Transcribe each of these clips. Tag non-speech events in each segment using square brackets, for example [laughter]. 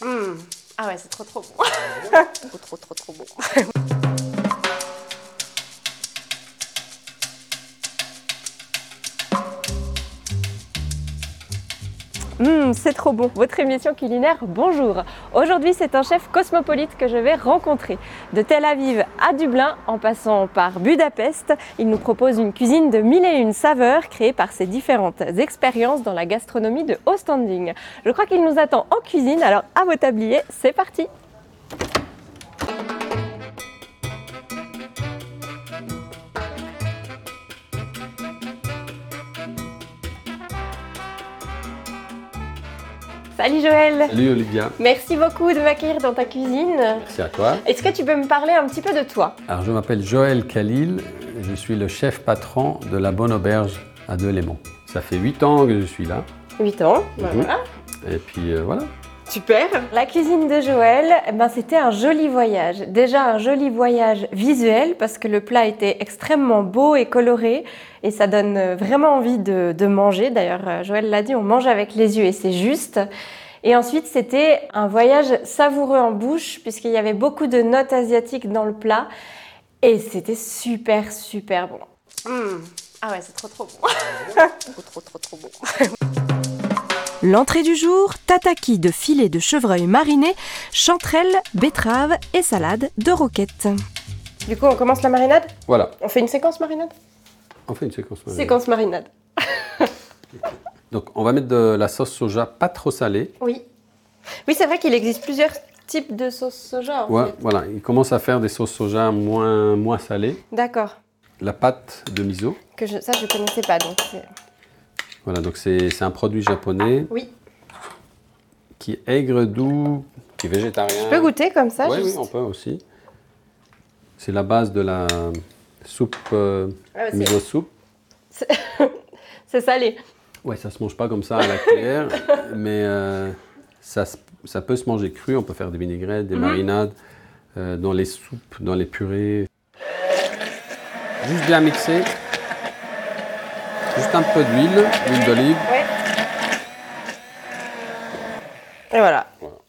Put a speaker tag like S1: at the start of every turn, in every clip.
S1: Mmh. Ah ouais, c'est trop trop bon. trop trop trop trop bon. Mmh, c'est trop bon, votre émission culinaire, bonjour. Aujourd'hui, c'est un chef cosmopolite que je vais rencontrer. De Tel Aviv à Dublin, en passant par Budapest, il nous propose une cuisine de mille et une saveurs créée par ses différentes expériences dans la gastronomie de haut standing. Je crois qu'il nous attend en cuisine, alors à vos tabliers, c'est parti. Salut Joël
S2: Salut Olivia
S1: Merci beaucoup de m'accueillir dans ta cuisine.
S2: Merci à toi.
S1: Est-ce que tu peux me parler un petit peu de toi
S2: Alors je m'appelle Joël Khalil, je suis le chef patron de la Bonne Auberge à Delémont. Ça fait 8 ans que je suis là.
S1: 8 ans, Bah voilà.
S2: Et puis euh, voilà.
S1: Super La cuisine de Joël, eh ben, c'était un joli voyage. Déjà un joli voyage visuel parce que le plat était extrêmement beau et coloré et ça donne euh, vraiment envie de, de manger. D'ailleurs, euh, Joël l'a dit, on mange avec les yeux et c'est juste. Et ensuite, c'était un voyage savoureux en bouche puisqu'il y avait beaucoup de notes asiatiques dans le plat et c'était super, super bon. Mmh. Ah ouais, c'est trop, trop bon. trop, trop, trop, trop bon.
S3: L'entrée du jour, tataki de filet de chevreuil mariné, chanterelle, betterave et salade de roquette.
S1: Du coup, on commence la marinade
S2: Voilà,
S1: On fait une séquence marinade
S2: on fait une séquence. maintenant.
S1: Séquence marinade.
S2: Donc on va mettre de la sauce soja pas trop salée.
S1: Oui. Oui, c'est vrai qu'il existe plusieurs types de sauces soja. en
S2: Ouais,
S1: fait.
S2: voilà, il commence à faire des sauces soja moins, moins salées.
S1: D'accord.
S2: La pâte de miso,
S1: Que je, ça, je connaissais pas. Donc c'est-
S2: voilà, donc c'est c'est un produit japonais
S1: oui.
S2: qui est aigre doux, qui est végétarien.
S1: Je peux goûter comme ça
S2: Ouais,
S1: juste
S2: Oui, on peut aussi. C'est la base de la soupe, euh,
S1: Ah, bah, c'est-
S2: miso soupe.
S1: C'est salé.
S2: Ouais, ça se mange pas comme ça à la
S1: [laughs]
S2: cuillère, mais euh, ça, se- ça peut se manger cru. On peut faire des vinaigrettes,
S1: Mhm.
S2: des marinades, euh, dans les soupes, dans les purées. Juste bien mixer. Juste un peu d'huile, d'huile d'olive.
S1: Ouais. Et voilà. [laughs]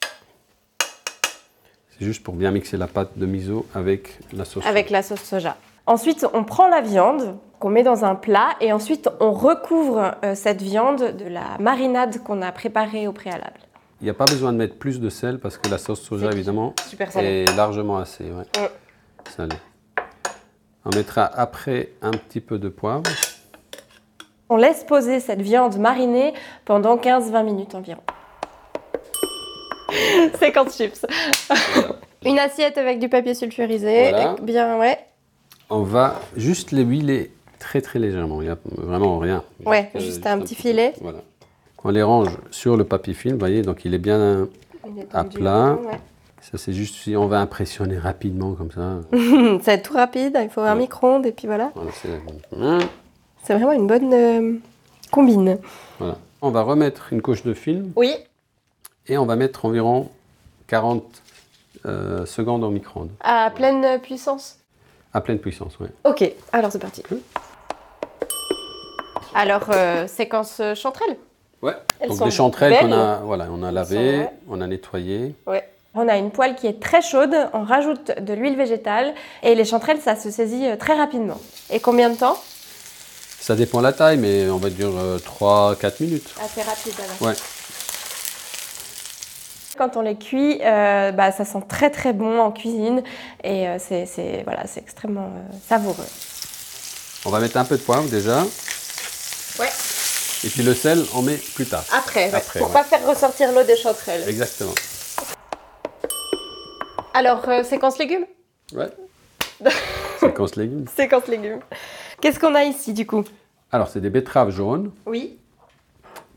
S2: C'est juste pour bien mixer la pâte de miso avec la sauce.
S1: Avec la sauce soja. Ensuite, on prend la viande qu'on met dans un plat et ensuite on recouvre euh, cette viande de la marinade qu'on a préparée au préalable.
S2: Il n'y a pas besoin de mettre plus de sel parce que la sauce soja,
S1: C'est
S2: évidemment,
S1: Super salé.
S2: est largement assez ouais.
S1: Ouais.
S2: salée. On mettra après un petit peu de poivre.
S1: On laisse poser cette viande marinée pendant 15-20 minutes environ. 50 chips. Une assiette avec du papier sulfurisé.
S2: Voilà.
S1: Bien, ouais.
S2: On va juste les huiler très très légèrement, il n'y a vraiment rien.
S1: Ouais,
S2: euh,
S1: juste un petit filet.
S2: Voilà. On les range sur le papier film, vous voyez, donc il est bien.
S1: Il est
S4: Ah.
S2: À
S1: tendu.
S2: plat.
S1: Ouais.
S2: Ça c'est juste si on va impressionner rapidement
S1: [laughs]
S2: comme ça.
S1: Hum, Ça va être tout rapide, il faut un
S2: Ouais.
S1: micro-ondes et puis voilà.
S2: Voilà, c'est- Hum,
S1: C'est vraiment une bonne euh, combine.
S2: voilà. On va remettre une couche de film
S1: Oui.
S2: et on va mettre environ 40 euh, secondes au micro-ondes,
S1: À pleine puissance.
S2: à pleine puissance. ouais.
S1: Ok, alors c'est parti.
S2: Ok.
S1: Alors, euh, séquence euh, chanterelle
S2: Ouais.
S1: Elles
S2: Donc
S1: sont
S2: des chanterelles qu'on
S1: belles.
S2: a, voilà, on a lavées,
S1: sont-
S2: on a nettoyées.
S1: Ouais. On a une poêle qui est très chaude, on rajoute de l'huile végétale et les chanterelles, ça se saisit euh, très rapidement. Et combien de temps
S2: Ça dépend la taille, mais on va dire 3-4 minutes.
S1: Assez Ah, rapide alors.
S2: Ouais.
S1: Quand on les cuit, euh, bah, ça sent très très bon en cuisine et euh, c'est c'est- voilà, c'est extrêmement euh, savoureux.
S2: On va mettre un peu de poivre déjà.
S1: Ouais.
S2: Et puis le sel, on met plus tard.
S1: Après,
S2: ouais, Après, pour ouais. pas
S1: faire ressortir l'eau des chanterelles.
S2: Exactement.
S1: Alors, euh, séquence légumes [laughs]
S2: Ouais. Séquence légumes.
S1: Séquence légumes. Qu'est-ce qu'on a ici du coup
S2: Alors, c'est des betteraves jaunes,
S1: Oui,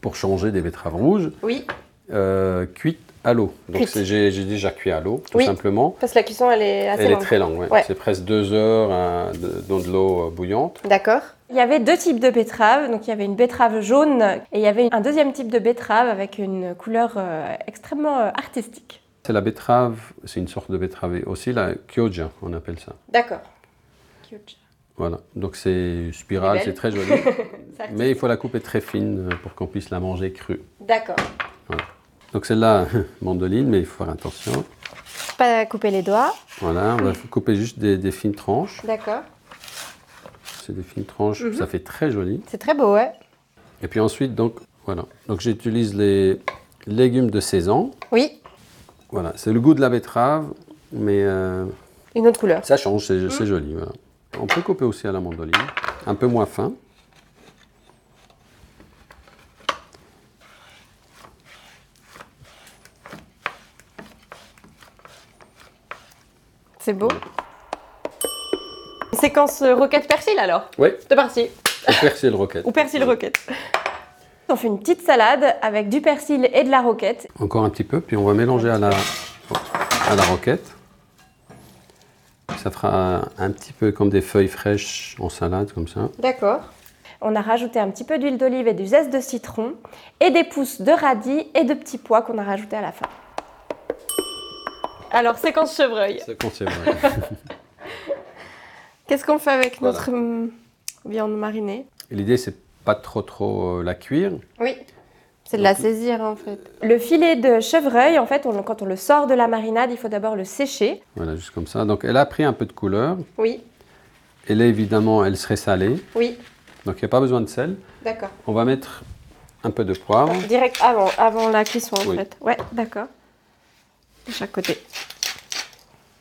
S2: pour changer des betteraves rouges,
S1: oui.
S2: euh, cuites à l'eau. Donc,
S1: Cuites.
S2: c'est- j'ai j'ai déjà cuit à l'eau, tout
S1: Oui.
S2: simplement.
S1: Parce que la cuisson, elle est assez
S2: Elle est
S1: longue.
S2: très longue, ouais.
S1: Ouais.
S2: c'est presque deux heures hein, de- dans de l'eau euh, bouillante.
S1: D'accord. Il y avait deux types de betteraves. Donc il y avait une betterave jaune et il y avait un deuxième type de betterave avec une couleur euh, extrêmement euh, artistique.
S2: C'est la betterave, c'est une sorte de betterave aussi, la kyoja, on appelle ça.
S1: D'accord.
S2: Voilà, donc c'est
S1: Elle
S2: spirale,
S1: est
S2: c'est
S1: belle.
S2: très joli. Mais il faut la couper très fine euh, pour qu'on puisse la manger crue.
S1: D'accord.
S2: Donc celle-là, [laughs] mandoline, mais il faut faire attention.
S1: Pas couper les doigts.
S2: Voilà, on va couper juste des, des fines tranches.
S1: D'accord.
S2: C'est des fines tranches,
S1: Mhm.
S2: ça fait très joli.
S1: C'est très beau, ouais.
S2: Et puis ensuite, donc, voilà. Donc j'utilise les légumes de saison.
S1: Oui.
S2: Voilà, c'est le goût de la betterave, mais euh,
S1: Une autre couleur.
S2: ça change, c'est
S1: Mhm.
S2: c'est joli. voilà. On peut couper aussi à la mandoline, un peu moins fin.
S1: C'est beau. Séquence euh, roquette persil alors.
S2: Oui,
S1: C'est parti.
S2: persil roquette.
S1: Ou persil roquette. On fait une petite salade avec du persil et de la roquette.
S2: Encore un petit peu, puis on va mélanger à la, à la roquette. Ça fera un petit peu comme des feuilles fraîches en salade, comme ça.
S1: D'accord. On a rajouté un petit peu d'huile d'olive et du zeste de citron et des pousses de radis et de petits pois qu'on a rajoutés à la fin. Alors, séquence chevreuil.
S2: C'est qu'on sait, ouais.
S1: Qu'est-ce qu'on fait avec
S2: Voilà.
S1: notre hum, viande marinée
S2: [laughs] Et L'idée, c'est pas trop trop euh, la cuire.
S1: Oui.
S4: C'est de la saisir en fait.
S1: Le filet de chevreuil, en fait, on- quand on le sort de la marinade, il faut d'abord le sécher.
S2: Voilà, juste comme ça. Donc, elle a pris un peu de couleur.
S1: Oui,
S2: Et là, évidemment, elle serait salée.
S1: oui,
S2: Donc, il n'y a pas besoin de sel.
S1: d'accord.
S2: On va mettre un peu de poivre.
S1: Direct avant, avant la cuisson en
S2: Oui.
S1: fait. Ouais, d'accord. De chaque côté.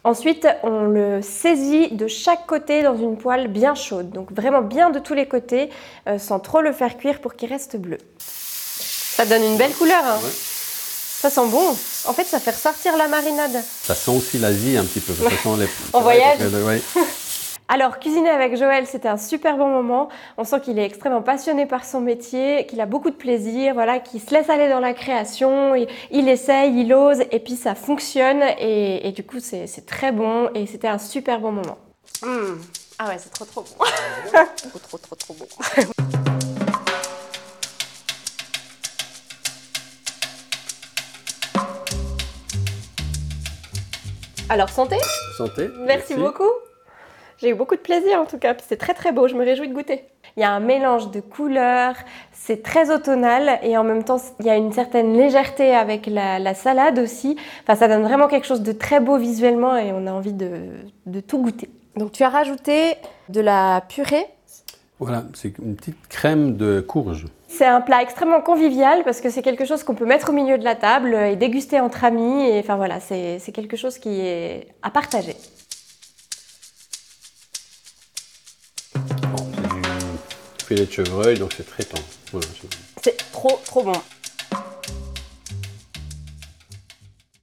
S1: Ensuite, on le saisit de chaque côté dans une poêle bien chaude, donc vraiment bien de tous les côtés, euh, sans trop le faire cuire pour qu'il reste bleu. Ça donne une belle couleur. hein.
S2: Ouais.
S1: Ça sent bon. En fait, ça fait ressortir la marinade.
S2: Ça sent aussi l'Asie un petit peu. Ça sent les...
S1: [laughs] En voyage.
S2: Ouais.
S1: Alors, cuisiner avec Joël, c'était un super bon moment. On sent qu'il est extrêmement passionné par son métier, qu'il a beaucoup de plaisir, voilà, qu'il se laisse aller dans la création, il, il essaye, il ose, et puis ça fonctionne, et, et du coup, c'est c'est très bon, et c'était un super bon moment. Hum.
S4: Ah ouais, c'est trop trop
S1: [laughs]
S4: bon. trop trop trop trop bon.
S1: Alors, santé,
S2: Santé.
S1: merci, beaucoup. J'ai eu beaucoup de plaisir en tout cas, puis c'est très très beau, je me réjouis de goûter. Il y a un mélange de couleurs, c'est très automnal et en même temps il y a une certaine légèreté avec la, la salade aussi. Enfin, ça donne vraiment quelque chose de très beau visuellement et on a envie de, de tout goûter.
S4: Donc tu as rajouté de la purée.
S2: Voilà, c'est une petite crème de courge.
S1: C'est un plat extrêmement convivial parce que c'est quelque chose qu'on peut mettre au milieu de la table et déguster entre amis. Et enfin voilà, c'est c'est quelque chose qui est à partager.
S2: Bon, c'est du filet de chevreuil, donc c'est très tendre. Voilà, c'est-
S1: C'est trop trop bon.